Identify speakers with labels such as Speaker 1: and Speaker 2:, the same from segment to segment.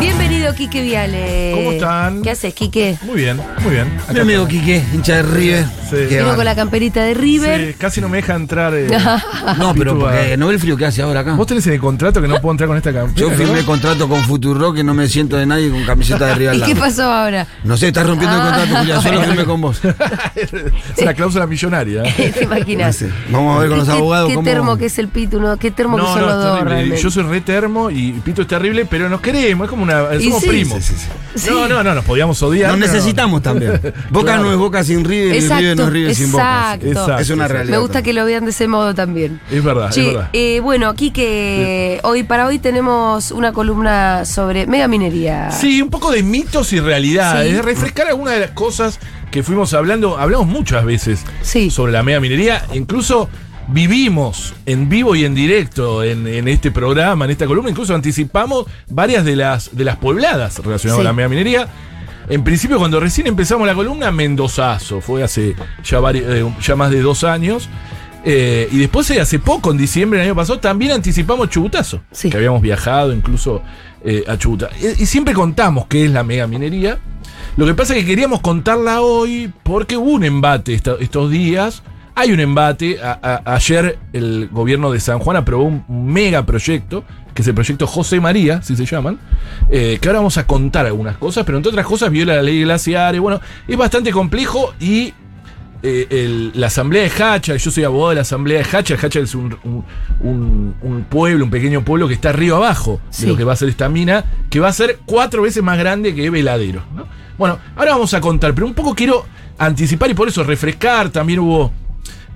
Speaker 1: Bienvenido, Quique Viale.
Speaker 2: ¿Cómo están?
Speaker 1: ¿Qué haces, Quique?
Speaker 2: Muy bien, muy bien. Acá
Speaker 3: Mi amigo Quique, hincha de River.
Speaker 2: Sí.
Speaker 3: Qué
Speaker 1: Vengo
Speaker 3: bárbaro.
Speaker 1: con la camperita de River.
Speaker 2: Sí, casi no me deja entrar. eh.
Speaker 3: No, pero
Speaker 2: Pitu,
Speaker 3: porque
Speaker 2: ah.
Speaker 3: no ve el frío que hace ahora acá.
Speaker 2: Vos tenés en el contrato que no puedo entrar con esta ¿eh? campera.
Speaker 3: Yo
Speaker 2: ¿no?
Speaker 3: firmé contrato con Futuro que no me siento de nadie con camiseta de River. al
Speaker 1: ¿Y qué
Speaker 3: lado.
Speaker 1: pasó ahora?
Speaker 3: No sé, estás rompiendo el
Speaker 1: Ah.
Speaker 3: contrato, Julián. Solo firmé con vos.
Speaker 2: es una cláusula millonaria.
Speaker 1: ¿Te imaginas?
Speaker 3: Sí. Vamos a ver con los
Speaker 1: ¿Qué-
Speaker 3: abogados
Speaker 1: ¿Qué
Speaker 3: cómo-
Speaker 1: termo que es el Pitu? ¿no? ¿Qué termo que son los
Speaker 2: es
Speaker 1: dos?
Speaker 2: terrible.
Speaker 1: realmente?
Speaker 2: Yo soy re termo y Pito es terrible, pero nos queremos, es como una.
Speaker 1: Y
Speaker 2: Somos
Speaker 1: sí.
Speaker 2: primos.
Speaker 3: Sí, sí,
Speaker 1: sí.
Speaker 2: No, no, no, nos podíamos odiar.
Speaker 3: Nos
Speaker 2: pero no.
Speaker 3: necesitamos también. Boca
Speaker 2: Claro.
Speaker 3: no es Boca sin River y River no es
Speaker 1: Exacto,
Speaker 3: River sin Boca.
Speaker 1: exacto.
Speaker 2: Exacto.
Speaker 3: Es una realidad.
Speaker 1: Me gusta que lo vean de ese modo también.
Speaker 2: Es verdad, es verdad.
Speaker 1: eh, bueno, Quique, hoy para hoy tenemos una columna sobre megaminería.
Speaker 2: Sí, un poco de mitos y realidades.
Speaker 1: Sí.
Speaker 2: Refrescar algunas de las cosas que fuimos hablando. Hablamos muchas veces
Speaker 1: Sí.
Speaker 2: sobre la mega minería. Incluso vivimos en vivo y en directo en, en este programa, en esta columna. Incluso anticipamos varias de las, de las pobladas relacionadas
Speaker 1: Sí.
Speaker 2: con la mega minería. En principio, cuando recién empezamos la columna, Mendozazo. Fue hace ya, vari- eh, ya más de dos años. Eh, y después, eh, hace poco, en diciembre del año pasado, también anticipamos Chubutazo.
Speaker 1: Sí.
Speaker 2: Que había habíamos viajado incluso eh, a Chubuta. Y, y siempre contamos qué es la mega minería. Lo que pasa es que queríamos contarla hoy porque hubo un embate esta- estos días. Hay un embate. A- a- ayer el gobierno de San Juan aprobó un mega proyecto, que es el proyecto José María, si se llaman, eh, que ahora vamos a contar algunas cosas, pero entre otras cosas viola la ley de glaciares. Bueno, es bastante complejo y eh, el- la asamblea de Hacha, yo soy abogado de la asamblea de Hacha, Hacha es un, un- un- un pueblo, un pequeño pueblo que está río abajo
Speaker 1: Sí.
Speaker 2: de lo que va a ser esta mina, que va a ser cuatro veces más grande que Veladero. ¿no? Bueno, ahora vamos a contar, pero un poco quiero anticipar y por eso refrescar, también hubo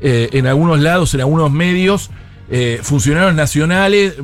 Speaker 2: eh, en algunos lados, en algunos medios, eh, funcionarios nacionales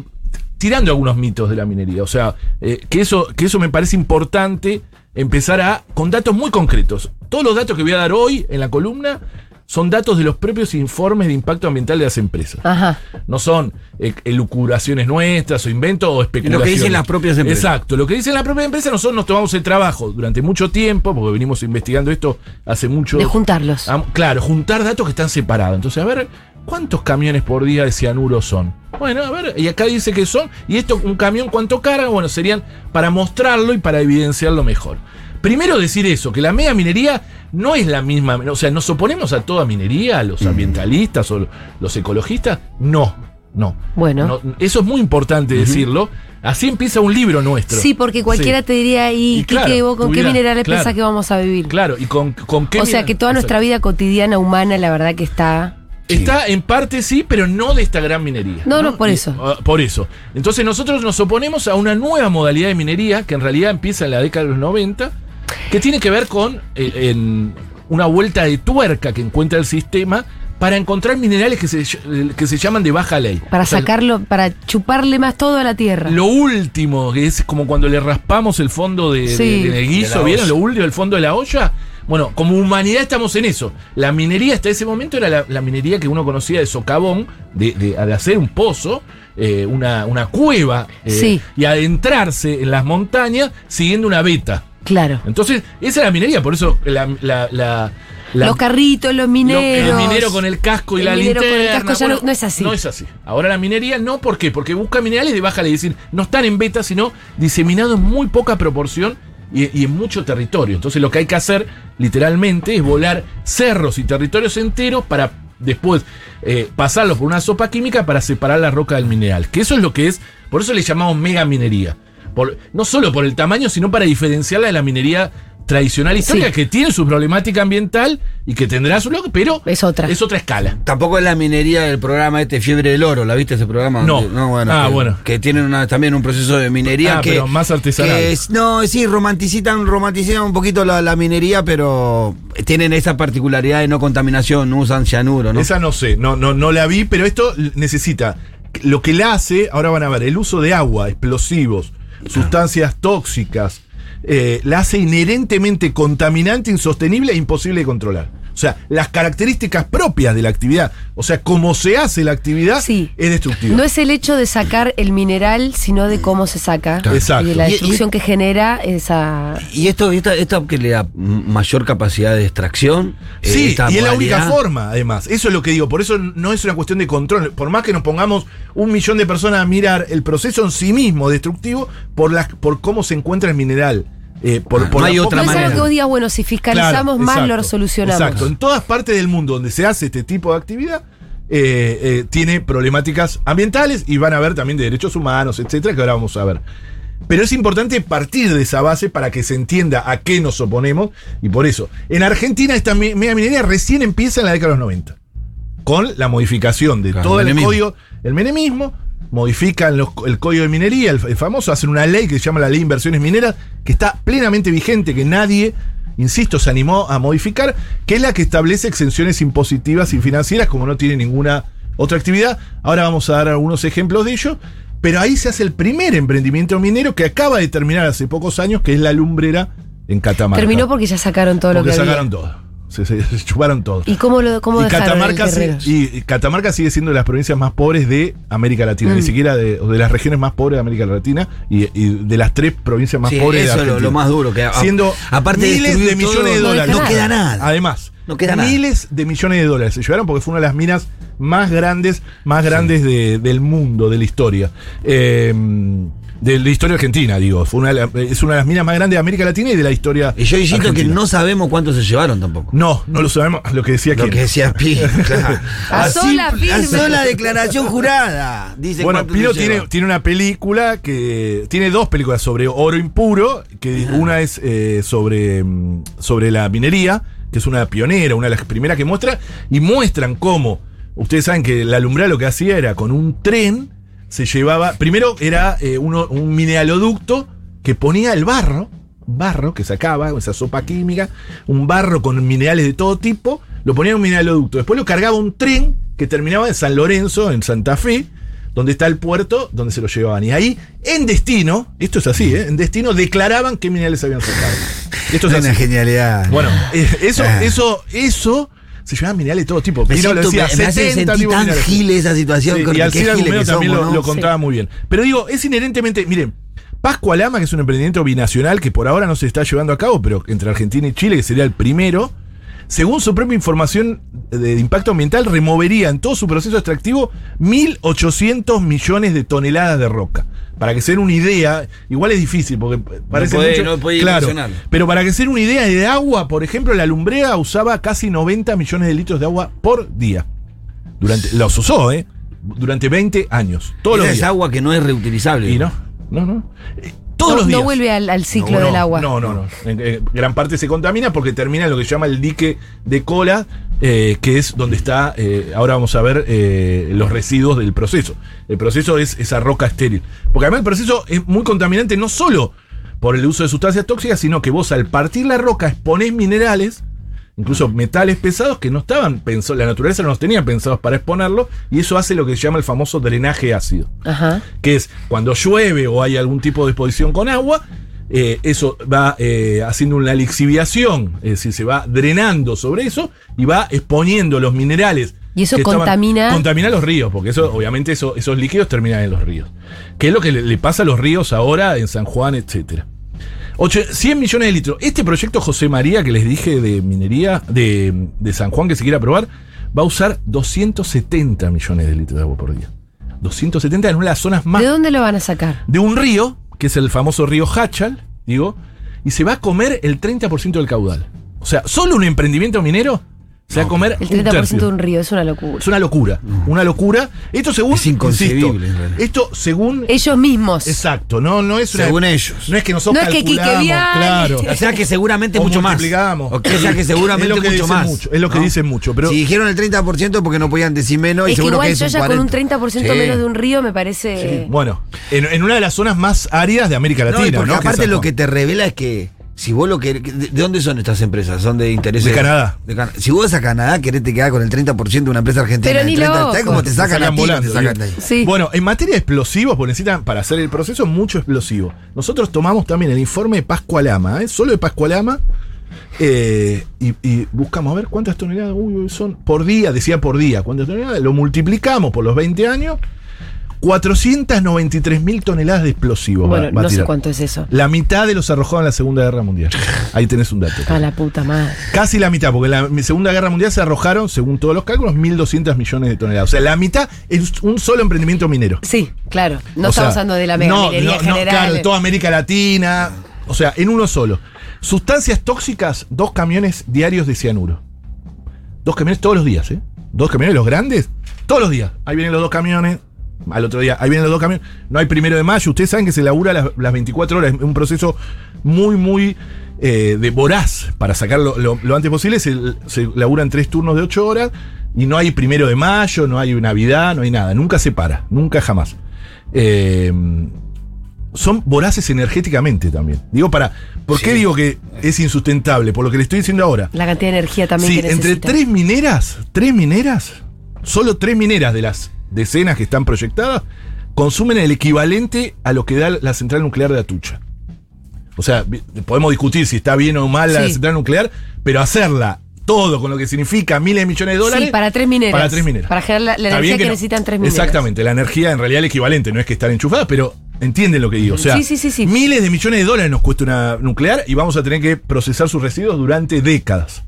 Speaker 2: tirando algunos mitos de la minería. O sea, eh, que, eso, que eso me parece importante empezar a con datos muy concretos. Todos los datos que voy a dar hoy en la columna son datos de los propios informes de impacto ambiental de las empresas.
Speaker 3: Ah.
Speaker 1: Ajá.
Speaker 2: No son eh, elucubraciones nuestras o inventos o especulaciones.
Speaker 3: Lo que dicen las propias empresas.
Speaker 2: Exacto, lo que dicen las propias empresas, nosotros nos tomamos el trabajo durante mucho tiempo, porque venimos investigando esto hace mucho
Speaker 1: De juntarlos.
Speaker 2: Am- Ah, Claro, juntar datos que están separados. Entonces, a ver, ¿cuántos camiones por día de cianuro son? Bueno, a ver, y acá dice que son, y esto, un camión, ¿cuánto carga? Bueno, serían para mostrarlo y para evidenciarlo mejor. Primero decir eso, que la mega minería no es la misma, o sea, ¿nos oponemos a toda minería, a los ambientalistas o los ecologistas? No, no.
Speaker 1: Bueno.
Speaker 2: No, eso es muy importante decirlo. Así empieza un libro nuestro.
Speaker 1: Sí, porque cualquiera
Speaker 2: Sí.
Speaker 1: te diría, y,
Speaker 2: Y
Speaker 1: Quique,
Speaker 2: claro,
Speaker 1: vos con
Speaker 2: tu
Speaker 1: qué
Speaker 2: vida,
Speaker 1: minerales
Speaker 2: claro.
Speaker 1: pensás que vamos a vivir.
Speaker 2: Claro, y con, con qué
Speaker 1: o sea
Speaker 2: mina-
Speaker 1: que toda
Speaker 2: Exacto.
Speaker 1: nuestra vida cotidiana humana, la verdad que está.
Speaker 2: Está en parte sí, pero no de esta gran minería.
Speaker 1: No, no, por eso.
Speaker 2: Ah, Por eso. Entonces nosotros nos oponemos a una nueva modalidad de minería que en realidad empieza en la década de los 90, que tiene que ver con eh, en una vuelta de tuerca que encuentra el sistema para encontrar minerales que se, ll- que se llaman de baja ley.
Speaker 1: Para
Speaker 2: O sea,
Speaker 1: sacarlo, para chuparle más todo a la tierra.
Speaker 2: Lo último, que es como cuando le raspamos el fondo de,
Speaker 1: Sí.
Speaker 2: de- del
Speaker 3: De
Speaker 2: guiso,
Speaker 3: la
Speaker 2: ¿vieron?
Speaker 3: olla.
Speaker 2: Lo último, el fondo de la olla. Bueno, como humanidad estamos en eso. La minería hasta ese momento era la, la minería que uno conocía de socavón, de, de- al hacer un pozo, eh, una, una cueva, eh,
Speaker 1: Sí.
Speaker 2: y adentrarse en las montañas siguiendo una beta.
Speaker 1: claro.
Speaker 2: Entonces, esa era la minería, por eso la... la- la- la-
Speaker 1: los carritos, los
Speaker 2: lo-
Speaker 1: mineros.
Speaker 2: el minero con el casco y
Speaker 1: El
Speaker 2: la
Speaker 1: minero con el
Speaker 2: linterna.
Speaker 1: casco ya no- no es así.
Speaker 2: No es así. Ahora la minería no, ¿por qué? Porque busca minerales de baja ley. Es decir, no están en beta, sino diseminados en muy poca proporción y, y en mucho territorio. Entonces lo que hay que hacer, literalmente, es volar cerros y territorios enteros para después eh, pasarlos por una sopa química para separar la roca del mineral. Que eso es lo que es, por eso le llamamos mega minería. Por- no solo por el tamaño, sino para diferenciarla de la minería tradicional histórica
Speaker 1: Sí.
Speaker 2: que tiene su problemática ambiental y que tendrá su logo, pero
Speaker 1: Es otra.
Speaker 2: es otra escala.
Speaker 3: Tampoco es la minería del programa este Fiebre del Oro, ¿la viste ese programa?
Speaker 2: No.
Speaker 3: Donde- bueno.
Speaker 2: Ah,
Speaker 3: que,
Speaker 2: bueno.
Speaker 3: Que tienen una- también un proceso de minería
Speaker 2: Ah,
Speaker 3: que.
Speaker 2: pero más artesanal.
Speaker 3: que es- no, sí, romanticizan, romanticizan un poquito la, la minería, pero tienen esa particularidad de no contaminación, no usan cianuro, ¿no?
Speaker 2: Esa no sé, no, no, no la vi, pero esto necesita. Lo que la hace, ahora van a ver, el uso de agua, explosivos, sustancias tóxicas, eh, la hace inherentemente contaminante, insostenible e imposible de controlar. O sea, las características propias de la actividad, o sea, cómo se hace la actividad,
Speaker 1: Sí.
Speaker 2: es destructiva.
Speaker 1: No es el hecho de sacar el mineral, sino de cómo se saca.
Speaker 2: Exacto.
Speaker 1: Y de la
Speaker 3: Y- y-
Speaker 1: destrucción que genera esa.
Speaker 3: ¿Y esto, esto, esto que le da mayor capacidad de extracción? eh,
Speaker 2: Sí,
Speaker 3: esta
Speaker 2: y es la
Speaker 3: modalidad?
Speaker 2: única forma, además. Eso es lo que digo. Por eso no es una cuestión de control. Por más que nos pongamos un millón de personas a mirar el proceso en sí mismo destructivo por, las, por cómo se encuentra el mineral. eh, por,
Speaker 3: Ah,
Speaker 2: por
Speaker 3: no
Speaker 2: la
Speaker 3: hay
Speaker 2: poca-
Speaker 3: otra
Speaker 1: no es algo
Speaker 3: manera.
Speaker 1: que vos digas, bueno, si fiscalizamos
Speaker 2: Claro,
Speaker 1: más,
Speaker 2: exacto,
Speaker 1: lo solucionamos.
Speaker 2: Exacto. En todas partes del mundo donde se hace este tipo de actividad, eh, eh, tiene problemáticas ambientales y van a haber también de derechos humanos, etcétera, que ahora vamos a ver. Pero es importante partir de esa base para que se entienda a qué nos oponemos. Y por eso, en Argentina esta me- mega minería recién empieza en la década de los 90. Con la modificación de
Speaker 3: Claro,
Speaker 2: todo
Speaker 3: el
Speaker 2: el,
Speaker 3: menemismo.
Speaker 2: código, el menemismo, modifican los- el código de minería, el, el famoso, hacen una ley que se llama la ley de inversiones mineras, que está plenamente vigente, que nadie, insisto, se animó a modificar, que es la que establece exenciones impositivas y financieras, como no tiene ninguna otra actividad. Ahora vamos a dar algunos ejemplos de ello. Pero ahí se hace el primer emprendimiento minero que acaba de terminar hace pocos años, que es la lumbrera en Catamarca.
Speaker 1: Terminó porque ya sacaron todo
Speaker 2: Porque
Speaker 1: lo que
Speaker 2: sacaron
Speaker 1: había.
Speaker 2: todo. Se, se- se chuparon todo.
Speaker 1: ¿Y cómo lo cómo
Speaker 2: Y
Speaker 1: dejaron
Speaker 2: Catamarca,
Speaker 1: el
Speaker 2: sí-
Speaker 1: terreno?
Speaker 2: y- y Catamarca sigue siendo de las provincias más pobres de América Latina,
Speaker 1: Mm.
Speaker 2: ni siquiera de, o de las regiones más pobres de América Latina y, y de las tres provincias más
Speaker 3: Sí,
Speaker 2: pobres de
Speaker 3: eso es lo-
Speaker 2: Argentina.
Speaker 3: lo más duro, que a-
Speaker 2: siendo
Speaker 3: aparte de
Speaker 2: miles de,
Speaker 3: destruir
Speaker 2: millones
Speaker 3: todo,
Speaker 2: de
Speaker 3: no
Speaker 1: deja
Speaker 2: dólares.
Speaker 1: nada. No queda
Speaker 3: nada.
Speaker 2: Además,
Speaker 3: No queda nada.
Speaker 2: miles de millones de dólares se llevaron porque fue una de las minas más grandes, más grandes de- del mundo, de la historia. Eh, de la historia argentina, digo. Fue una de la- es una de las minas más grandes de América Latina y de la historia.
Speaker 3: Y yo insisto que
Speaker 2: argentina.
Speaker 3: no sabemos cuánto se llevaron tampoco.
Speaker 2: No, no lo sabemos. Lo que decía
Speaker 3: Lo
Speaker 2: Kirchner.
Speaker 3: que decía Pi. claro.
Speaker 1: A sola
Speaker 3: simple-
Speaker 1: firme.
Speaker 3: a sola declaración jurada. Dice
Speaker 2: Bueno,
Speaker 3: cuánto
Speaker 2: Pino
Speaker 3: se
Speaker 2: tiene,
Speaker 3: llevaron.
Speaker 2: tiene una película que. Tiene dos películas sobre oro impuro. Que una es eh, sobre, mm, sobre la minería, que es una pionera, una de las primeras que muestra. Y muestran cómo. Ustedes saben que la lumbrera lo que hacía era con un tren. Se llevaba. Primero era eh, uno- un mineraloducto que ponía el barro. un Barro que sacaba, esa sopa química, un barro con minerales de todo tipo, lo ponía en un mineraloducto. Después lo cargaba un tren que terminaba en San Lorenzo, en Santa Fe, donde está el puerto donde se lo llevaban. Y ahí, en destino, esto es así, ¿eh? en destino declaraban qué minerales habían sacado. Esto es
Speaker 3: Es una
Speaker 2: así.
Speaker 3: genialidad.
Speaker 2: Bueno, eh, eso,
Speaker 3: Ah.
Speaker 2: eso, eso, se llevaban minerales de todo tipo.
Speaker 3: me,
Speaker 2: Mirá,
Speaker 3: siento,
Speaker 2: lo decía,
Speaker 3: me- me hace
Speaker 2: 70
Speaker 3: sentir
Speaker 2: tipos
Speaker 3: tan
Speaker 2: minerales.
Speaker 3: gil esa situación.
Speaker 2: Sí,
Speaker 3: con-
Speaker 2: y
Speaker 3: qué
Speaker 2: Alcira
Speaker 3: giles que
Speaker 2: Gumero también
Speaker 3: somos,
Speaker 2: lo,
Speaker 3: ¿no?
Speaker 2: lo contaba muy bien. Pero digo, es inherentemente, miren, Paz Coalama, que es un emprendimiento binacional que por ahora no se está llevando a cabo, pero entre Argentina y Chile, que sería el primero, según su propia información de impacto ambiental, removería en todo su proceso extractivo 1.800 millones de toneladas de roca. Para que se den una idea, igual es difícil porque parece
Speaker 3: podés-
Speaker 2: mucho-
Speaker 3: no podés
Speaker 2: claro,
Speaker 3: dimensionar.
Speaker 2: pero para que se den una idea de agua, por ejemplo, la lumbrera usaba casi 90 millones de litros de agua por día. Durante, los usó, ¿eh? Durante 20 años. Todos
Speaker 3: Esa
Speaker 2: los
Speaker 3: es
Speaker 2: días.
Speaker 3: agua que no es reutilizable.
Speaker 2: Y no, no, no. Eh, Todos
Speaker 1: no,
Speaker 2: los
Speaker 1: no
Speaker 2: días.
Speaker 1: vuelve al, al ciclo
Speaker 2: No, no,
Speaker 1: del agua.
Speaker 2: No, no, no. En- en gran parte se contamina porque termina en lo que se llama el dique de cola, eh, que es donde está, eh, ahora vamos a ver, eh, los residuos del proceso. El proceso es esa roca estéril. Porque además el proceso es muy contaminante no solo por el uso de sustancias tóxicas, sino que vos al partir la roca exponés minerales, incluso metales pesados que no estaban pensados, la naturaleza no los tenía pensados para exponerlo, y eso hace lo que se llama el famoso drenaje ácido
Speaker 1: Ajá.
Speaker 2: que es cuando llueve o hay algún tipo de exposición con agua, eh, eso va eh, haciendo una lixiviación, es decir, se va drenando sobre eso y va exponiendo los minerales.
Speaker 1: Y eso
Speaker 2: que estaban-
Speaker 1: contamina-
Speaker 2: Contamina los ríos, porque eso, obviamente, eso- esos líquidos terminan en los ríos. Que es lo que le, le pasa a los ríos ahora en San Juan, etcétera. Ocho- 100 millones de litros. Este proyecto José María que les dije de minería de, de San Juan que se quiere aprobar va a usar 270 millones de litros de agua por día. 270 en una de las zonas más
Speaker 1: ¿De dónde lo van a sacar?
Speaker 2: de un río, que es el famoso río Hachal, digo, y se va a comer el 30% del caudal. O sea, solo un emprendimiento minero se va a comer
Speaker 1: El
Speaker 2: un
Speaker 1: 30%
Speaker 2: tercio.
Speaker 1: de un río, es una locura.
Speaker 2: Es una locura, una locura. Esto según
Speaker 3: Mm. Es inconcebible,
Speaker 2: insisto,
Speaker 3: en realidad.
Speaker 2: esto según
Speaker 1: Ellos mismos.
Speaker 2: exacto, no no es una-
Speaker 3: Según ellos.
Speaker 2: No es que nosotros
Speaker 1: No es que Quique
Speaker 2: calculamos,
Speaker 1: Vial.
Speaker 2: claro.
Speaker 3: O sea que seguramente
Speaker 2: O
Speaker 3: mucho más.
Speaker 2: multiplicamos.
Speaker 3: O que- o sea que seguramente
Speaker 2: Es lo que
Speaker 3: mucho
Speaker 2: dicen
Speaker 3: más.
Speaker 2: mucho, es lo que dicen mucho, pero-
Speaker 3: si dijeron el 30% porque no podían decir menos y
Speaker 1: es que
Speaker 3: seguro
Speaker 1: igual
Speaker 3: que es
Speaker 1: yo ya con un
Speaker 3: 40.
Speaker 1: 30%
Speaker 3: Sí.
Speaker 1: menos de un río me parece. eh,
Speaker 2: Bueno, en, en una de las zonas más áridas de América
Speaker 3: No, y
Speaker 2: Latina,
Speaker 3: porque
Speaker 2: ¿no?
Speaker 3: aparte
Speaker 2: es San
Speaker 3: lo
Speaker 2: Juan.
Speaker 3: que te revela es que si vos lo que ¿De de dónde son estas empresas? ¿Son de intereses?
Speaker 2: De Canadá.
Speaker 3: de Cana- si vos a Canadá querés te quedar con el 30% de una empresa argentina.
Speaker 1: Pero
Speaker 3: del
Speaker 1: ni
Speaker 3: 30,
Speaker 1: loco.
Speaker 3: ¿sabés cómo te
Speaker 2: Te
Speaker 3: sacan a
Speaker 2: sacan
Speaker 3: ti?
Speaker 2: volando,
Speaker 3: Te sacan de ahí.
Speaker 2: ¿sí?
Speaker 1: Sí.
Speaker 2: Bueno, en materia de explosivos, porque necesitan para hacer el proceso mucho explosivo. Nosotros tomamos también el informe de Pascualama, ¿eh? solo de Pascualama, Eh, y, y, buscamos a ver cuántas toneladas uy, son por día, decía por día, cuántas toneladas, lo multiplicamos por los 20 años. 493 mil toneladas de explosivos.
Speaker 1: Bueno,
Speaker 2: va- va a
Speaker 1: no sé
Speaker 2: tirar.
Speaker 1: cuánto es eso.
Speaker 2: La mitad de los arrojados en la Segunda Guerra Mundial. Ahí tenés un dato.
Speaker 1: A la puta madre.
Speaker 2: Casi la mitad, porque en la Segunda Guerra Mundial se arrojaron, según todos los cálculos, 1.200 millones de toneladas. O sea, la mitad es un solo emprendimiento minero.
Speaker 1: Sí, claro. No
Speaker 2: O sea,
Speaker 1: estamos hablando de la mega
Speaker 2: no,
Speaker 1: minería
Speaker 2: no, no,
Speaker 1: general.
Speaker 2: claro, de toda América Latina. O sea, en uno solo. Sustancias tóxicas, dos camiones diarios de cianuro. Dos camiones todos los días, ¿eh? Dos camiones, los grandes, todos los días. Ahí vienen los dos camiones. Al otro día, ahí vienen los dos camiones. No hay primero de mayo. Ustedes saben que se labura las, las 24 horas. Es un proceso muy, muy eh, de voraz para sacarlo lo, lo antes posible. Se, se laburan tres turnos de 8 horas y no hay primero de mayo, no hay Navidad, no hay nada. Nunca se para, nunca jamás. Eh, son voraces energéticamente también. Digo, para. ¿Por qué digo que es insustentable? Por lo que le estoy diciendo ahora.
Speaker 1: La cantidad de energía también
Speaker 2: Sí,
Speaker 1: que
Speaker 2: entre
Speaker 1: necesita.
Speaker 2: tres mineras, tres mineras, solo tres mineras de las decenas que están proyectadas, consumen el equivalente a lo que da la central nuclear de Atucha. O sea, vi- podemos discutir si está bien o mal la
Speaker 1: Sí.
Speaker 2: central nuclear, pero hacerla todo con lo que significa miles de millones de dólares.
Speaker 1: Sí, para tres mineras.
Speaker 2: Para tres mineras.
Speaker 1: Para generar la, la
Speaker 2: Está bien
Speaker 1: energía que,
Speaker 2: no.
Speaker 1: necesitan tres mineras.
Speaker 2: Exactamente, la energía en realidad es el equivalente, no es que están enchufadas, pero entienden lo que digo. O sea,
Speaker 1: Sí, sí, sí, sí.
Speaker 2: miles de millones de dólares nos cuesta una nuclear y vamos a tener que procesar sus residuos durante décadas.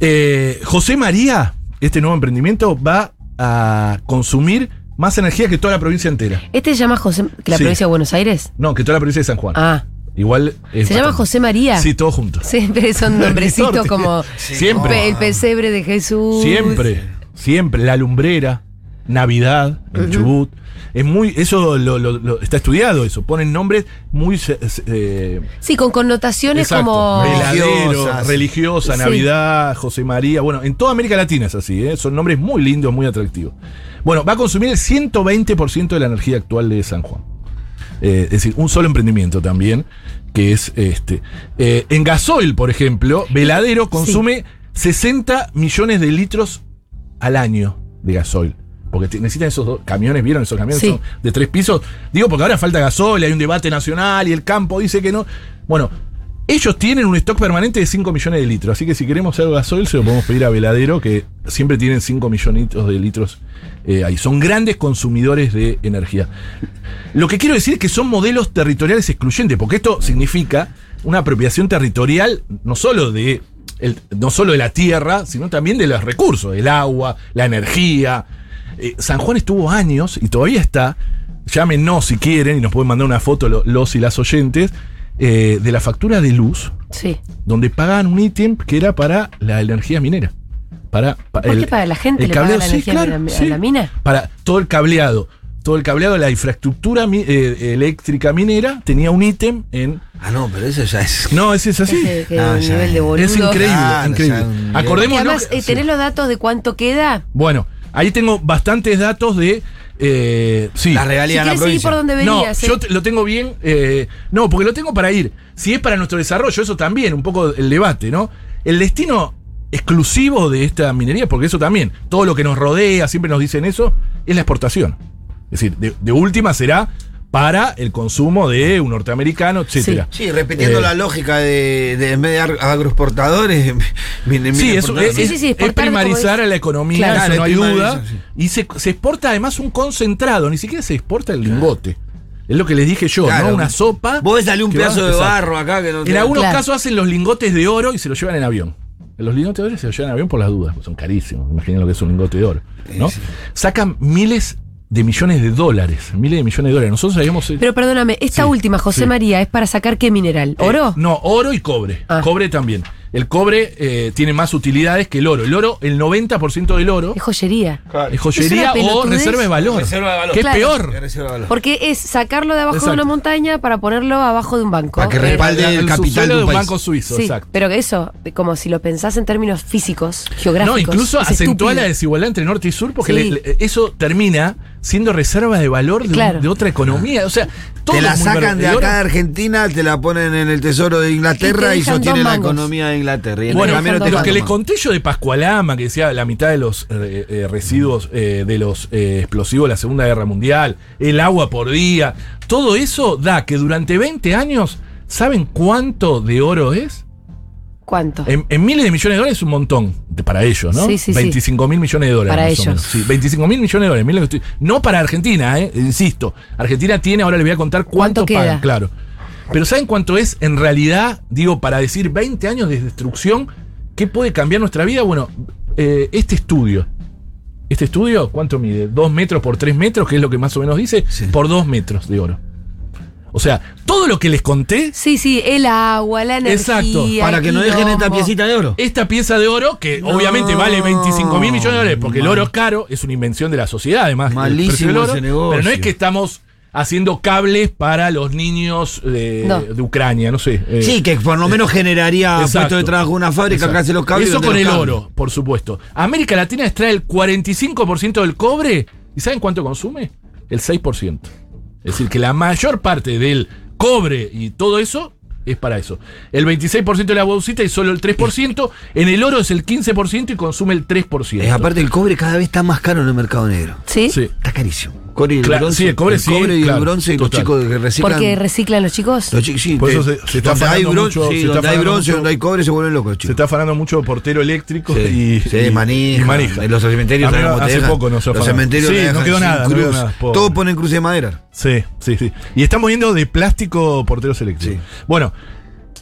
Speaker 2: Eh, José María, este nuevo emprendimiento, va a consumir más energía que toda la provincia entera.
Speaker 1: Este se llama José. que ¿La
Speaker 2: Sí.
Speaker 1: provincia de Buenos Aires?
Speaker 2: No, que toda la provincia de San Juan.
Speaker 1: Ah.
Speaker 2: Igual. es
Speaker 1: ¿Se llama
Speaker 2: bastante.
Speaker 1: José María?
Speaker 2: Sí, todos juntos.
Speaker 1: Siempre son nombrecitos
Speaker 2: Torti.
Speaker 1: como.
Speaker 2: Siempre.
Speaker 1: pe- El pesebre de Jesús.
Speaker 2: Siempre, siempre. La lumbrera, Navidad, el Chubut. Es muy, eso lo, lo- lo- está estudiado, eso. Ponen nombres muy. se- se- eh,
Speaker 1: Sí, con connotaciones
Speaker 2: exacto.
Speaker 1: como.
Speaker 2: Veladero,
Speaker 3: Religiosas.
Speaker 2: religiosa,
Speaker 1: Sí.
Speaker 2: Navidad, José María. Bueno, en toda América Latina es así, ¿eh? son nombres muy lindos, muy atractivos. Bueno, va a consumir el 120% de la energía actual de San Juan. Eh, es decir, un solo emprendimiento también, que es este. Eh, en gasoil, por ejemplo, Veladero consume 60 millones de litros al año de gasoil. Porque te- necesitan esos dos camiones, ¿vieron esos camiones
Speaker 1: Sí.
Speaker 2: Son de tres pisos? Digo, porque ahora falta gasoil, hay un debate nacional y el campo dice que no. Bueno, ellos tienen un stock permanente de 5 millones de litros, así que si queremos hacer gasoil se lo podemos pedir a Veladero, que siempre tienen 5 millonitos de litros eh, ahí. Son grandes consumidores de energía. Lo que quiero decir es que son modelos territoriales excluyentes, porque esto significa una apropiación territorial no solo de el- no solo de la tierra, sino también de los recursos, el agua, la energía. Eh, San Juan estuvo años y todavía está. Llámenos si quieren y nos pueden mandar una foto lo- los y las oyentes eh, de la factura de luz,
Speaker 1: Sí.
Speaker 2: donde pagaban un ítem que era para la energía minera. Para, pa-
Speaker 1: ¿Por qué para la gente le paga la energía a la- a la mina?
Speaker 2: Para todo el cableado. Todo el cableado, la infraestructura mi- eh, eléctrica minera tenía un ítem en.
Speaker 3: Ah, no, pero eso ya es.
Speaker 2: No, ese es así.
Speaker 1: Ese Este, que
Speaker 3: Ah, ya.
Speaker 1: nivel de boludo.
Speaker 2: Es increíble,
Speaker 3: Claro,
Speaker 2: increíble.
Speaker 3: Ah, ya un nivel.
Speaker 1: Porque
Speaker 2: Acordémonos.
Speaker 1: además, eh,
Speaker 2: Sí.
Speaker 1: ¿tenés los datos de cuánto queda?
Speaker 2: Bueno, ahí tengo bastantes datos de. eh, sí.
Speaker 3: La
Speaker 1: Si
Speaker 3: regalía en la
Speaker 1: querés seguir
Speaker 3: provincia.
Speaker 1: por donde venías.
Speaker 2: No,
Speaker 1: eh.
Speaker 2: yo te- lo tengo bien. eh, no, porque lo tengo para ir. Si es para nuestro desarrollo, eso también, un poco el debate, ¿no? El destino exclusivo de esta minería, porque eso también, todo lo que nos rodea, siempre nos dicen eso, es la exportación. Es decir, de, de última será para el consumo de un norteamericano, etcétera.
Speaker 3: Sí, repitiendo
Speaker 2: Eh,
Speaker 3: la lógica de, de en vez de ar- agroexportadores, viene-
Speaker 2: Sí,
Speaker 3: viene
Speaker 2: es,
Speaker 3: por-
Speaker 2: es-
Speaker 1: Sí, sí, sí,
Speaker 2: es
Speaker 1: exportar,
Speaker 2: primarizar
Speaker 1: como
Speaker 2: a la economía,
Speaker 3: Claro.
Speaker 2: eso no hay
Speaker 3: Primariza,
Speaker 2: duda.
Speaker 3: sí.
Speaker 2: Y se, se exporta además un concentrado, ni siquiera se exporta el lingote. Es lo que les dije yo,
Speaker 3: Claro.
Speaker 2: ¿no? Una sopa.
Speaker 3: Vos ves un
Speaker 2: que va-
Speaker 3: pedazo de
Speaker 2: Exacto.
Speaker 3: barro acá que no
Speaker 2: En algunos
Speaker 1: Claro.
Speaker 2: casos hacen los lingotes de oro y se los llevan en avión. Los lingotes de oro se los llevan en avión por las dudas, porque son carísimos. Imaginen lo que es un lingote de oro. ¿no?
Speaker 3: Sí, sí.
Speaker 2: Sacan miles de millones de dólares. Miles de millones de dólares. Nosotros habíamos. eh,
Speaker 1: Pero perdóname, esta
Speaker 2: Sí,
Speaker 1: última, José
Speaker 2: sí.
Speaker 1: María, es para sacar qué mineral?
Speaker 2: eh,
Speaker 1: ¿Oro?
Speaker 2: no, oro y cobre.
Speaker 1: Ah.
Speaker 2: Cobre también. El cobre eh, tiene más utilidades que el oro. El oro, el 90% del oro
Speaker 1: Es joyería.
Speaker 2: es joyería
Speaker 1: Es una
Speaker 2: o
Speaker 1: pelotudez.
Speaker 2: reserva de valor.
Speaker 3: Reserva de valor.
Speaker 2: Que
Speaker 1: Claro.
Speaker 2: es peor.
Speaker 1: Porque es sacarlo de abajo
Speaker 2: Exacto.
Speaker 1: de una montaña para ponerlo abajo de un banco.
Speaker 3: Para que
Speaker 1: Pero-
Speaker 3: respalde el capital
Speaker 2: subsuelo
Speaker 3: de un
Speaker 2: de un
Speaker 3: país.
Speaker 2: banco suizo.
Speaker 1: Sí,
Speaker 2: Exacto.
Speaker 1: pero que eso, como si lo pensás en términos físicos,
Speaker 2: No,
Speaker 1: geográficos.
Speaker 2: incluso
Speaker 1: es
Speaker 2: acentúa
Speaker 1: estúpido.
Speaker 2: la desigualdad entre norte y sur porque
Speaker 1: Sí.
Speaker 2: le- le- eso termina siendo reserva de valor de, un-
Speaker 1: Claro.
Speaker 2: de otra economía. O sea, todo
Speaker 3: Te la
Speaker 2: es muy
Speaker 3: sacan de
Speaker 2: verde.
Speaker 3: acá de Argentina, te la ponen en el tesoro de Inglaterra
Speaker 1: Y te
Speaker 3: y,
Speaker 1: dejan
Speaker 3: sostiene
Speaker 1: dos
Speaker 3: la
Speaker 1: mangos.
Speaker 3: economía de Inglaterra. Y en el
Speaker 2: Bueno,
Speaker 3: camino te
Speaker 1: dos
Speaker 2: lo
Speaker 3: dejan
Speaker 2: que
Speaker 3: dos
Speaker 2: le
Speaker 3: mangos.
Speaker 2: conté yo de Pascualama, que decía la mitad de los eh, eh, residuos eh, de los eh, explosivos de la Segunda Guerra Mundial, el agua por día, todo eso da que durante 20 años, ¿saben cuánto de oro es?
Speaker 1: ¿Cuánto?
Speaker 2: En, en miles de millones de dólares es un montón de- para ellos, ¿no?
Speaker 1: Sí, sí, sí.
Speaker 2: 25 mil millones de dólares.
Speaker 1: Para
Speaker 2: más o
Speaker 1: ellos.
Speaker 2: menos. Sí, 25 mil millones de dólares. Mirá lo que estoy- no para Argentina, ¿eh? Insisto. Argentina tiene, ahora les voy a contar cuánto,
Speaker 1: ¿Cuánto queda?
Speaker 2: pagan, claro. Pero ¿saben cuánto es en realidad, digo, para decir 20 años de destrucción? ¿Qué puede cambiar nuestra vida? Bueno, eh, este estudio. Este estudio, ¿cuánto mide? ¿Dos metros por tres metros? Que es lo que más o menos dice.
Speaker 3: Sí.
Speaker 2: Por dos metros de oro. O sea, todo lo que les conté
Speaker 1: Sí, sí, el agua, la energía.
Speaker 2: Exacto,
Speaker 3: Para que no
Speaker 1: el
Speaker 3: dejen esta
Speaker 1: quilombo.
Speaker 3: piecita de
Speaker 1: Eh.
Speaker 3: oro.
Speaker 2: Esta pieza de oro, que
Speaker 3: No,
Speaker 2: obviamente vale 25 mil millones de dólares, porque el
Speaker 3: mal.
Speaker 2: oro es caro, es una invención de la sociedad, además. el
Speaker 3: Malísimo
Speaker 2: precio del oro,
Speaker 3: ese negocio.
Speaker 2: Pero no es que estamos haciendo cables para los niños de,
Speaker 1: No.
Speaker 2: de Ucrania, no sé. eh,
Speaker 3: Sí, que por lo menos generaría
Speaker 2: exacto.
Speaker 3: puesto de trabajo una fábrica Ah, pues
Speaker 2: Exacto.
Speaker 3: que hace los cables. y
Speaker 2: Eso
Speaker 3: vende
Speaker 2: con
Speaker 3: los
Speaker 2: el
Speaker 3: cables.
Speaker 2: oro, por supuesto. América Latina extrae el 45% del cobre. ¿Y saben cuánto consume? El 6%. Es decir, que la mayor parte del cobre y todo eso es para eso. El 26% de la bauxita y solo el 3%. En el oro es el 15% y consume el 3%.
Speaker 3: Es, aparte, el cobre cada vez está más caro en el mercado negro.
Speaker 1: ¿Sí?
Speaker 2: Sí.
Speaker 3: Está carísimo. Cobre y el
Speaker 2: Claro,
Speaker 3: bronce.
Speaker 2: sí, el cobre sí,
Speaker 3: y el
Speaker 2: claro,
Speaker 3: bronce y
Speaker 2: total.
Speaker 3: los chicos que reciclan.
Speaker 1: Porque reciclan los chicos.
Speaker 3: los chicos, sí,
Speaker 2: Por eso
Speaker 3: eh,
Speaker 2: se- se está
Speaker 3: donde hay
Speaker 2: afanando
Speaker 3: bronce,
Speaker 2: mucho,
Speaker 3: sí,
Speaker 2: se está
Speaker 3: donde hay
Speaker 2: afanando
Speaker 3: bronce,
Speaker 2: mucho.
Speaker 3: donde hay cobre se vuelven locos,
Speaker 2: Se
Speaker 3: chicos.
Speaker 2: está afanando mucho portero eléctrico
Speaker 3: Sí,
Speaker 2: y,
Speaker 3: sí,
Speaker 2: y-
Speaker 3: manija,
Speaker 2: y manija.
Speaker 3: En los cementerios
Speaker 2: Amigo,
Speaker 3: ¿sabes cómo te
Speaker 2: hace
Speaker 3: dejan?
Speaker 2: poco nos
Speaker 3: Los
Speaker 2: afanaron.
Speaker 3: cementerios
Speaker 2: Sí,
Speaker 3: te
Speaker 2: no
Speaker 3: dejan
Speaker 2: quedó
Speaker 3: sin
Speaker 2: nada, no
Speaker 3: cruz.
Speaker 2: quedó nada, pobre.
Speaker 3: Todos ponen cruce de madera.
Speaker 2: Sí, sí, sí. Y estamos viendo de plástico porteros eléctricos. Bueno,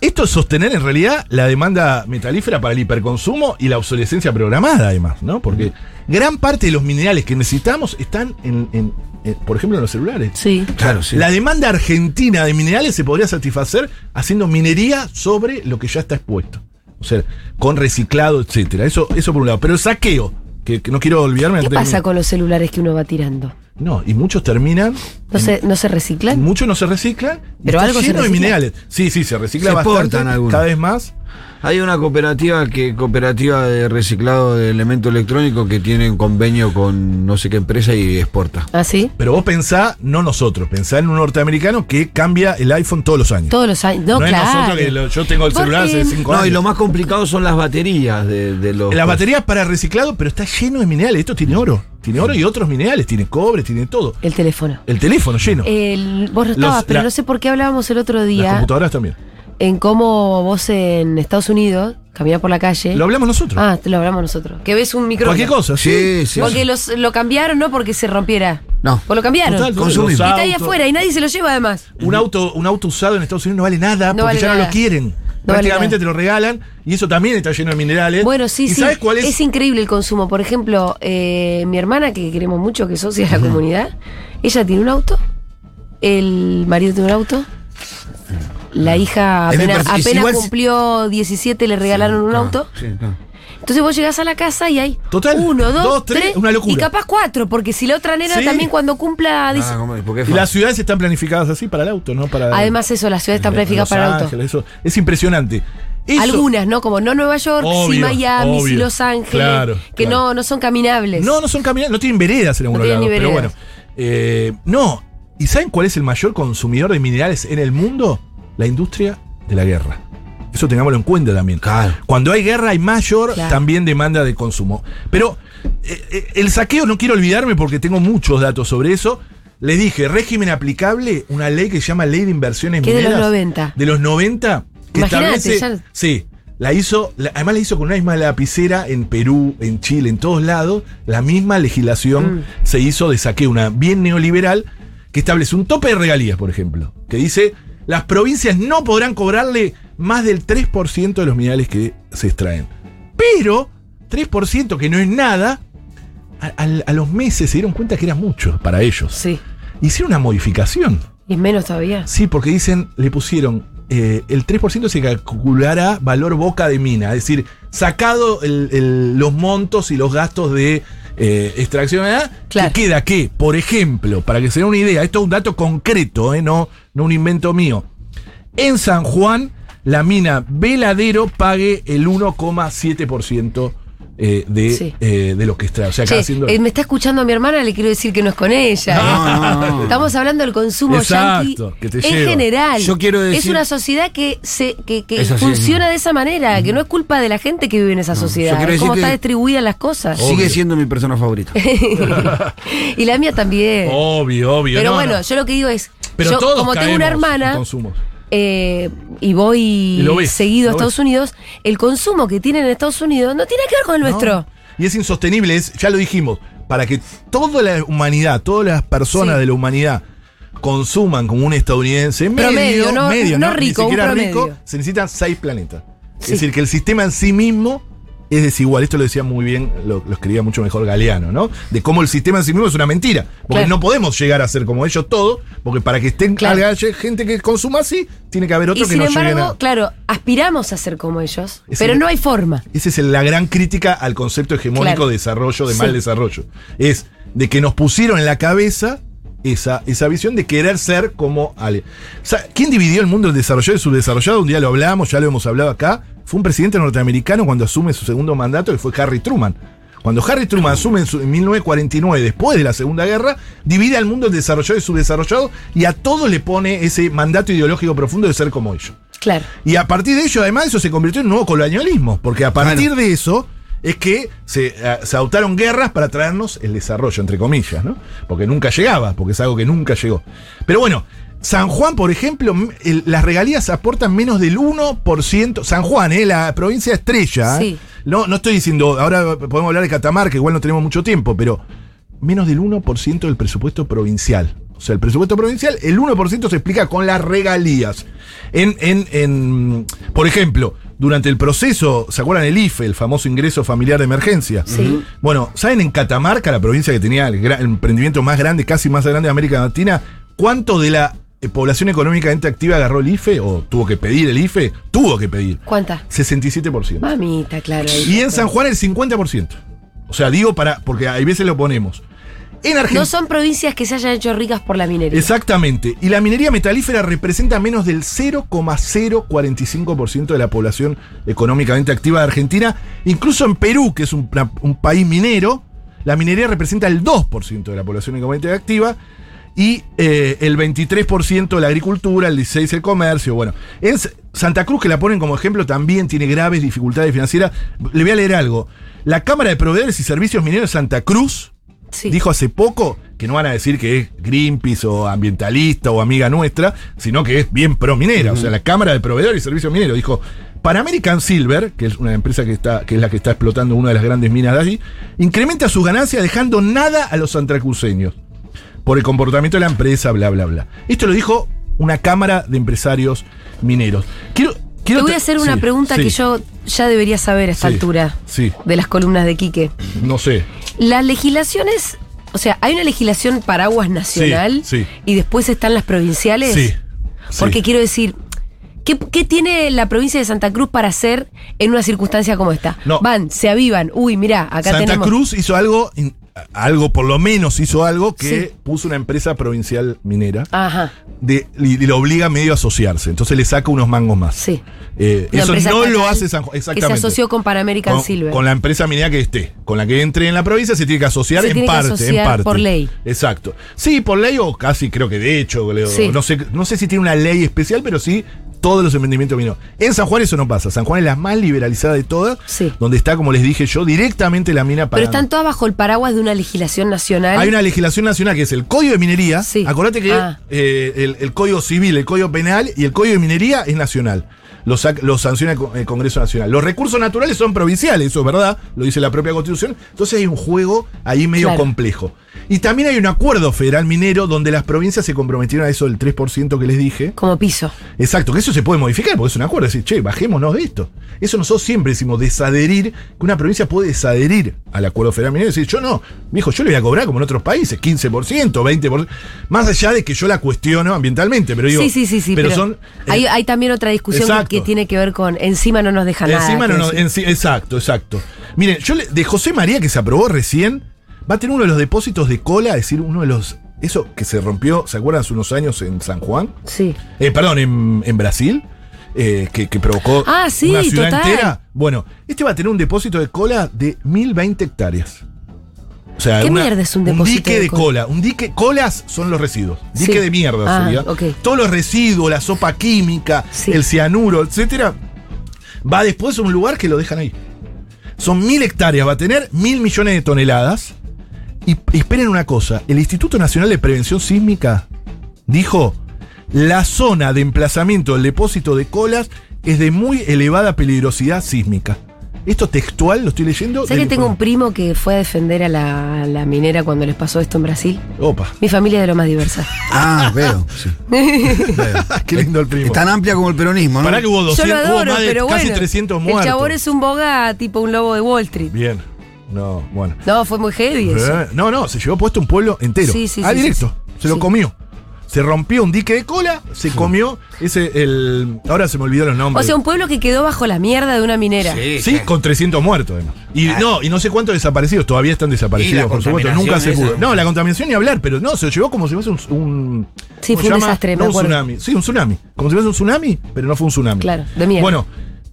Speaker 2: esto es sostener en realidad la demanda metalífera para el hiperconsumo y la obsolescencia programada, además, ¿no? Porque gran parte de los minerales que necesitamos están en, en- en, por ejemplo, en los celulares.
Speaker 1: Sí.
Speaker 3: Claro, sí.
Speaker 2: La demanda argentina de minerales se podría satisfacer haciendo minería sobre lo que ya está expuesto. O sea, con reciclado, etcétera. Eso, eso por un lado. Pero el saqueo, que, que no quiero olvidarme
Speaker 1: ¿Qué
Speaker 2: antes de-
Speaker 1: pasa con los celulares que uno va tirando?
Speaker 2: No, y muchos terminan.
Speaker 1: ¿No se, no se reciclan?
Speaker 2: Muchos no se reciclan. y
Speaker 1: Eh. Pero
Speaker 2: está
Speaker 1: algo se
Speaker 2: lleno de
Speaker 1: recicla.
Speaker 2: minerales. Sí, sí, se recicla
Speaker 3: Se
Speaker 2: bastante.
Speaker 3: exportan algunos.
Speaker 2: Cada vez más.
Speaker 3: Hay una cooperativa que cooperativa de reciclado de elemento electrónico que tiene un convenio con no sé qué empresa y exporta.
Speaker 1: ¿Ah, sí?
Speaker 2: Pero vos pensá, no nosotros, pensá en un norteamericano que cambia el iPhone todos los años.
Speaker 1: Todos los años. No,
Speaker 2: no
Speaker 1: claro.
Speaker 2: es nosotros que lo- yo tengo el celular hace
Speaker 1: Porque-
Speaker 2: cinco años.
Speaker 3: No, y lo más complicado son las baterías de, de los.
Speaker 2: Las baterías para reciclado, pero está lleno de minerales. Esto tiene oro. Tiene oro y otros minerales. Tiene cobre, tiene todo.
Speaker 1: El teléfono.
Speaker 2: El teléfono lleno.
Speaker 1: Eh, El- vos no
Speaker 2: Los-
Speaker 1: estabas, pero
Speaker 2: la-
Speaker 1: no sé por qué hablábamos el otro
Speaker 2: Las
Speaker 1: día
Speaker 2: computadoras también.
Speaker 1: en cómo vos en Estados Unidos caminás por la calle.
Speaker 2: Lo hablamos nosotros.
Speaker 1: ah, te lo hablamos nosotros. Que ves un micrófono.
Speaker 2: Cualquier cosa.
Speaker 3: Sí, sí.
Speaker 1: Porque los, lo cambiaron no porque se rompiera.
Speaker 3: No.
Speaker 1: Pues lo cambiaron.
Speaker 2: Total,
Speaker 1: y
Speaker 2: los
Speaker 3: Consumimos.
Speaker 1: está ahí
Speaker 2: autos.
Speaker 1: afuera y nadie se lo lleva además.
Speaker 2: Un auto, un auto usado en Estados Unidos no vale nada
Speaker 1: No
Speaker 2: porque
Speaker 1: vale
Speaker 2: ya no
Speaker 1: nada.
Speaker 2: lo quieren.
Speaker 1: No vale
Speaker 2: Prácticamente
Speaker 1: nada.
Speaker 2: te lo regalan y eso también está lleno de minerales.
Speaker 1: Bueno, sí,
Speaker 2: ¿Eh? ¿Y
Speaker 1: sí.
Speaker 2: ¿Sabes cuál es?
Speaker 1: increíble el consumo. Por ejemplo, eh, mi hermana, que queremos mucho, que es socia de la comunidad, ella tiene un auto, el marido tiene un auto,
Speaker 2: Ah.
Speaker 1: la hija
Speaker 3: Es mi
Speaker 1: apenas,
Speaker 3: perso- es
Speaker 1: apenas
Speaker 3: igual si-
Speaker 1: cumplió 17, le regalaron un auto.
Speaker 3: Sí, claro.
Speaker 1: Entonces vos llegás a la casa y hay
Speaker 2: Total,
Speaker 1: uno, dos,
Speaker 2: dos, tres,
Speaker 1: tres,
Speaker 2: una locura.
Speaker 1: y capaz cuatro, porque si la otra nena
Speaker 2: Sí.
Speaker 1: también cuando cumpla dice...
Speaker 3: Ah, ¿cómo es? Porque es
Speaker 2: Y las
Speaker 3: fácil.
Speaker 2: ciudades están planificadas así para el auto, ¿no? Para
Speaker 1: Además eso, la ciudad está
Speaker 2: Los
Speaker 1: planificada para el auto.
Speaker 2: Ángeles, eso. Es impresionante. Eso-
Speaker 1: Algunas, ¿no? Como no Nueva York, sí
Speaker 2: Obvio,
Speaker 1: Miami, sí
Speaker 2: obvio.
Speaker 1: Los Ángeles,
Speaker 2: Claro,
Speaker 1: que
Speaker 2: claro.
Speaker 1: No, no son caminables.
Speaker 2: No, no son caminadas, no tienen veredas en algunos
Speaker 1: tienen
Speaker 2: lados,
Speaker 1: ni
Speaker 2: pero bueno.
Speaker 1: veredas.
Speaker 2: Eh, no, ¿y saben cuál es el mayor consumidor de minerales en el mundo? La industria de la guerra. Eso tengámoslo en cuenta también.
Speaker 3: Claro.
Speaker 2: Cuando hay guerra hay mayor
Speaker 1: Claro.
Speaker 2: también demanda de consumo. Pero eh, eh, el saqueo no quiero olvidarme porque tengo muchos datos sobre eso. Le dije, régimen aplicable, una ley que se llama Ley de Inversiones
Speaker 1: Que de los
Speaker 2: Mineras.
Speaker 1: 90.
Speaker 2: De los 90. Que
Speaker 1: Imagínate,
Speaker 2: establece,
Speaker 1: ya-
Speaker 2: Sí, la hizo, la- además la hizo con una misma lapicera en Perú, en Chile, en todos lados. La misma legislación
Speaker 1: Mm.
Speaker 2: se hizo de saqueo, una bien neoliberal, que establece un tope de regalías, por ejemplo, que dice las provincias no podrán cobrarle más del 3% de los minerales que se extraen. Pero, 3%, que no es nada, a, al- a los meses se dieron cuenta que era mucho para ellos.
Speaker 1: Sí.
Speaker 2: Hicieron una modificación.
Speaker 1: Y es menos todavía.
Speaker 2: Sí, porque dicen, le pusieron eh, el 3% se calculará valor boca de mina, es decir, sacado el- el- los montos y los gastos de eh, extracción, ¿verdad?
Speaker 1: Claro.
Speaker 2: Que queda que, por ejemplo, para que se den una idea, esto es un dato concreto, ¿eh? no, no un invento mío. En San Juan, la mina Veladero pague el 1,7%. eh, de,
Speaker 1: Sí.
Speaker 2: eh, de lo que extrae. O sea,
Speaker 1: Che,
Speaker 2: cada 100 dólares.
Speaker 1: eh, me está escuchando a mi hermana, le quiero decir que no es con ella. ¿eh?
Speaker 3: No, no, no.
Speaker 1: Estamos hablando del consumo
Speaker 2: Exacto,
Speaker 1: yanqui
Speaker 2: que te
Speaker 1: en
Speaker 2: lleva.
Speaker 1: general.
Speaker 3: Yo quiero
Speaker 1: Es
Speaker 3: decir-
Speaker 1: una sociedad que se que, que
Speaker 3: Eso sí,
Speaker 1: funciona de esa manera, que no es culpa de la gente que vive en esa
Speaker 3: yo
Speaker 1: sociedad.
Speaker 3: quiero
Speaker 1: Es como
Speaker 3: decir
Speaker 1: está
Speaker 3: que- Oh.
Speaker 1: distribuida las cosas.
Speaker 3: Sigue
Speaker 2: Obvio.
Speaker 3: siendo mi persona favorita.
Speaker 1: y la mía también.
Speaker 2: Obvio, obvio.
Speaker 1: Pero
Speaker 2: no,
Speaker 1: bueno,
Speaker 2: no.
Speaker 1: yo lo que digo es,
Speaker 2: Pero
Speaker 1: yo
Speaker 2: todos
Speaker 1: como tengo
Speaker 2: caemos
Speaker 1: una
Speaker 2: en
Speaker 1: hermana,
Speaker 2: consumos.
Speaker 1: eh, y voy
Speaker 4: Y lo ves,
Speaker 1: seguido a
Speaker 4: lo
Speaker 1: Estados
Speaker 4: ves.
Speaker 1: Unidos, el consumo que tienen en Estados Unidos no tiene que ver con el nuestro.
Speaker 2: Y es insostenible, es- ya lo dijimos, para que toda la humanidad, todas las personas
Speaker 1: Sí.
Speaker 2: de la humanidad consuman como un estadounidense medio,
Speaker 1: Promedio, no-
Speaker 2: medio,
Speaker 1: no
Speaker 2: ni
Speaker 1: rico, un
Speaker 2: siquiera
Speaker 1: promedio.
Speaker 2: rico, se necesitan seis planetas. Es
Speaker 1: Sí.
Speaker 2: decir, que el sistema en sí mismo es desigual. Esto lo decía muy bien, lo, lo escribía mucho mejor Galeano, ¿no? De cómo el sistema en sí mismo es una mentira. Porque
Speaker 1: Claro.
Speaker 2: no podemos llegar a ser como ellos todos, porque para que estén
Speaker 1: Claro.
Speaker 2: haya gente que consuma así, tiene que haber otro
Speaker 1: Y
Speaker 2: que
Speaker 1: sin
Speaker 2: no llegue
Speaker 1: embargo,
Speaker 2: a...
Speaker 1: claro, aspiramos a ser como ellos,
Speaker 2: Es
Speaker 1: pero
Speaker 2: el-
Speaker 1: no hay forma.
Speaker 2: Esa es el- la gran crítica al concepto hegemónico
Speaker 1: Claro.
Speaker 2: de desarrollo, de
Speaker 1: Sí.
Speaker 2: mal desarrollo. Es de que nos pusieron en la cabeza esa, esa visión de querer ser como Ale. O sea, ¿quién dividió el mundo del desarrollado y subdesarrollado? Un día lo hablamos, ya lo hemos hablado acá. Fue un presidente norteamericano cuando asume su segundo mandato, que fue Harry Truman. Cuando Harry Truman asume en, su- en 1949, después de la Segunda Guerra, divide al mundo del desarrollado y subdesarrollado y a todos le pone ese mandato ideológico profundo de ser como ellos.
Speaker 1: Claro.
Speaker 2: Y a partir de ello, además, eso se convirtió en un nuevo colonialismo, porque a partir de eso es que se, eh, se adoptaron guerras para traernos el desarrollo, entre comillas, ¿no? Porque nunca llegaba, porque es algo que nunca llegó. Pero bueno, San Juan, por ejemplo, m- el- las regalías aportan menos del 1%. San Juan, ¿eh? La provincia estrella. ¿eh?
Speaker 1: Sí.
Speaker 2: No, no estoy diciendo, ahora podemos hablar de Catamarca, igual no tenemos mucho tiempo, pero menos del 1% del presupuesto provincial. O sea, el presupuesto provincial, el 1% se explica con las regalías. En, en, en, por ejemplo, durante el proceso, ¿se acuerdan el IFE, el famoso ingreso familiar de emergencia?
Speaker 1: Sí.
Speaker 2: Bueno, ¿saben en Catamarca, la provincia que tenía el, gran- el emprendimiento más grande, casi más grande de América Latina, cuánto de la eh, población económicamente activa agarró el IFE o tuvo que pedir el IFE? Tuvo que pedir.
Speaker 1: ¿Cuánta?
Speaker 2: 67%.
Speaker 1: Mamita, claro.
Speaker 2: Y en San Juan el 50%. O sea, digo para. porque hay veces lo ponemos. En
Speaker 1: No
Speaker 2: Argentina.
Speaker 1: son provincias que se hayan hecho ricas por la minería.
Speaker 2: Exactamente. Y la minería metalífera representa menos del 0,045% de la población económicamente activa de Argentina. Incluso en Perú, que es un, pra- un país minero, la minería representa el 2% de la población económicamente activa. Y eh, el 23% la agricultura, el 16% el comercio. Bueno, en S- Santa Cruz, que la ponen como ejemplo, también tiene graves dificultades financieras. Le voy a leer algo. La Cámara de Proveedores y Servicios Mineros de Santa Cruz
Speaker 1: Sí.
Speaker 2: dijo hace poco que no van a decir que es Greenpeace o ambientalista o amiga nuestra, sino que es bien prominera. O sea, la Cámara de Proveedores y Servicios Mineros dijo, para American Silver, que es una empresa que, está, que es la que está explotando una de las grandes minas de allí, incrementa sus ganancias dejando nada a los santacruceños por el comportamiento de la empresa, bla, bla, bla. Esto lo dijo una Cámara de Empresarios Mineros. Quiero,
Speaker 1: Te
Speaker 2: quiero
Speaker 1: voy a hacer una
Speaker 2: sí,
Speaker 1: pregunta
Speaker 2: sí,
Speaker 1: que yo ya debería saber a esta
Speaker 2: Sí.
Speaker 1: altura
Speaker 2: Sí,
Speaker 1: de las columnas de Quique.
Speaker 2: no sé.
Speaker 1: Las legislaciones, o sea, hay una legislación paraguas nacional
Speaker 2: sí.
Speaker 1: y después están las provinciales.
Speaker 2: Sí.
Speaker 1: Porque
Speaker 2: sí.
Speaker 1: quiero decir, ¿qué, qué tiene la provincia de Santa Cruz para hacer en una circunstancia como esta?
Speaker 2: No.
Speaker 1: Van, se avivan. Uy, mirá, acá
Speaker 2: Santa
Speaker 1: tenemos.
Speaker 2: Cruz hizo algo, in- algo por lo menos hizo algo que
Speaker 1: Sí. Ah.
Speaker 2: puso una empresa provincial minera
Speaker 1: Ajá,
Speaker 2: de, y, y lo obliga medio a asociarse. Entonces le saca unos mangos más.
Speaker 1: sí.
Speaker 2: Eh,
Speaker 1: Una
Speaker 2: eso
Speaker 1: empresa
Speaker 2: no lo
Speaker 1: estatal
Speaker 2: hace San Juan.
Speaker 1: Que se
Speaker 2: Exactamente.
Speaker 1: asoció con Pan American
Speaker 2: con,
Speaker 1: Silver.
Speaker 2: con la empresa minera que esté. Con la que entre en la provincia se tiene que asociar
Speaker 1: Se
Speaker 2: en
Speaker 1: tiene que
Speaker 2: parte.
Speaker 1: asociar
Speaker 2: en parte.
Speaker 1: por ley.
Speaker 2: Exacto. Sí, por ley o casi creo que de hecho. Leo,
Speaker 1: Sí.
Speaker 2: No, sé, no sé si tiene una ley especial, pero sí todos los emprendimientos mineros. En San Juan eso no pasa. San Juan es la más liberalizada de todas.
Speaker 1: Sí.
Speaker 2: Donde está, como les dije yo, directamente la mina para.
Speaker 1: Pero están todas bajo el paraguas de una legislación nacional.
Speaker 2: Hay una legislación nacional que es el Código de Minería.
Speaker 1: Sí.
Speaker 2: Acordate que
Speaker 1: Ah.
Speaker 2: eh, el, el Código Civil, el Código Penal y el Código de Minería es nacional. Lo, sac- lo sanciona el Co- el Congreso Nacional. Los recursos naturales son provinciales, eso es verdad, lo dice la propia Constitución. Entonces hay un juego ahí medio
Speaker 1: Claro.
Speaker 2: complejo. Y también hay un acuerdo federal minero donde las provincias se comprometieron a eso del 3% que les dije.
Speaker 1: Como piso.
Speaker 2: Exacto, que eso se puede modificar, porque es un acuerdo. Decir, che, bajémonos de esto. Eso nosotros siempre decimos desadherir, que una provincia puede desadherir al acuerdo federal minero. Decir, yo no, viejo, yo le voy a cobrar como en otros países, 15%, 20%. Más allá de que yo la cuestiono ambientalmente, pero digo.
Speaker 1: sí, sí, sí, sí.
Speaker 2: Pero, son. eh,
Speaker 1: hay, hay también otra discusión
Speaker 2: exacto.
Speaker 1: que tiene que ver con encima no nos deja nada.
Speaker 2: Encima
Speaker 1: que
Speaker 2: no, no,
Speaker 1: decir.
Speaker 2: enci- exacto, exacto. Miren, yo le- de José María que se aprobó recién, va a tener uno de los depósitos de cola, es decir, uno de los. Eso que se rompió, ¿se acuerdan hace unos años en San Juan?
Speaker 1: Sí.
Speaker 2: Eh, perdón, en, en Brasil, eh, que, que provocó
Speaker 1: Ah, sí,
Speaker 2: una ciudad
Speaker 1: total.
Speaker 2: entera. Bueno, este va a tener un depósito de cola de 1020 hectáreas. O sea,
Speaker 1: ¿Qué mierda es un
Speaker 2: Un
Speaker 1: depósito
Speaker 2: dique
Speaker 1: de
Speaker 2: de,
Speaker 1: cola?
Speaker 2: cola. Un dique, colas son los residuos.
Speaker 1: Sí.
Speaker 2: Dique de mierda
Speaker 1: Ah,
Speaker 2: sería.
Speaker 1: ok.
Speaker 2: Todos los residuos, la sopa química,
Speaker 1: Sí.
Speaker 2: el cianuro, etcétera, va después a un lugar que lo dejan ahí. Son mil hectáreas, va a tener mil millones de toneladas. Y y esperen una cosa, el Instituto Nacional de Prevención Sísmica dijo La zona de emplazamiento del depósito de colas es de muy elevada peligrosidad sísmica. Esto textual lo estoy leyendo.
Speaker 1: ¿Sabes que tengo un primo que fue a defender a la, a la minera cuando les pasó esto en Brasil?
Speaker 2: Opa.
Speaker 1: Mi familia es de lo más diversa.
Speaker 3: Ah, veo. sí. Veo.
Speaker 2: Qué lindo el primo.
Speaker 3: Es tan amplia como el peronismo, ¿no?
Speaker 2: Pará que hubo
Speaker 1: Yo
Speaker 2: 200,
Speaker 1: lo
Speaker 2: hubo
Speaker 1: adoro,
Speaker 2: más de
Speaker 1: pero
Speaker 2: casi
Speaker 1: bueno.
Speaker 2: 300
Speaker 1: El
Speaker 2: muertos.
Speaker 1: chabón es un boga tipo un lobo de Wall Street.
Speaker 2: Bien. No, bueno.
Speaker 1: No, fue muy heavy eso.
Speaker 2: Eh, No, no, se llevó puesto un pueblo entero.
Speaker 1: Sí, sí,
Speaker 2: ah,
Speaker 1: sí,
Speaker 2: directo.
Speaker 1: sí, sí.
Speaker 2: Se lo
Speaker 1: Sí.
Speaker 2: comió. Se rompió un dique de cola, se comió ese el ahora se me olvidaron los
Speaker 1: O
Speaker 2: nombres.
Speaker 1: sea, un pueblo que quedó bajo la mierda de una minera.
Speaker 2: Sí, con 300 muertos además. Y no, y no sé cuántos desaparecidos, todavía están
Speaker 3: Y
Speaker 2: desaparecidos,
Speaker 3: la
Speaker 2: por supuesto, nunca se
Speaker 3: contaminación
Speaker 2: pudo.
Speaker 3: esa.
Speaker 2: No, la contaminación ni hablar, pero no, se lo llevó como si fuese un, un-
Speaker 1: Sí, fue
Speaker 2: ¿cómo se
Speaker 1: un
Speaker 2: llama?
Speaker 1: desastre, me
Speaker 2: No un
Speaker 1: acuerdo.
Speaker 2: tsunami, sí, un tsunami, como si fuese un tsunami, pero no fue un tsunami.
Speaker 1: Claro, de mierda.
Speaker 2: Bueno,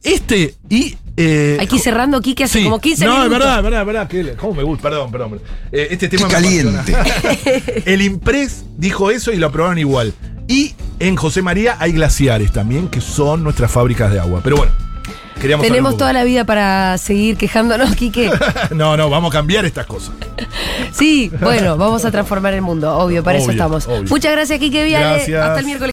Speaker 2: este y eh,
Speaker 1: Hay que ir cerrando aquí que hace
Speaker 2: Sí.
Speaker 1: como 15
Speaker 2: no,
Speaker 1: minutos.
Speaker 2: es verdad, es verdad, es verdad. que le- ¿Cómo me gusta? Perdón, perdón. perdón. Eh, este tema
Speaker 3: Qué
Speaker 2: me
Speaker 3: caliente.
Speaker 2: apasiona. El Impress dijo eso y lo aprobaron igual. Y en José María hay glaciares también, que son nuestras fábricas de agua. Pero bueno, queríamos
Speaker 1: Tenemos toda la vida para seguir quejándonos, Quique.
Speaker 2: No, no, vamos a cambiar estas cosas.
Speaker 1: Sí, bueno, vamos a transformar el mundo, obvio, para eso
Speaker 2: Obvio,
Speaker 1: estamos.
Speaker 2: obvio.
Speaker 1: Muchas gracias, Quique Viale.
Speaker 2: Gracias.
Speaker 1: Hasta el miércoles.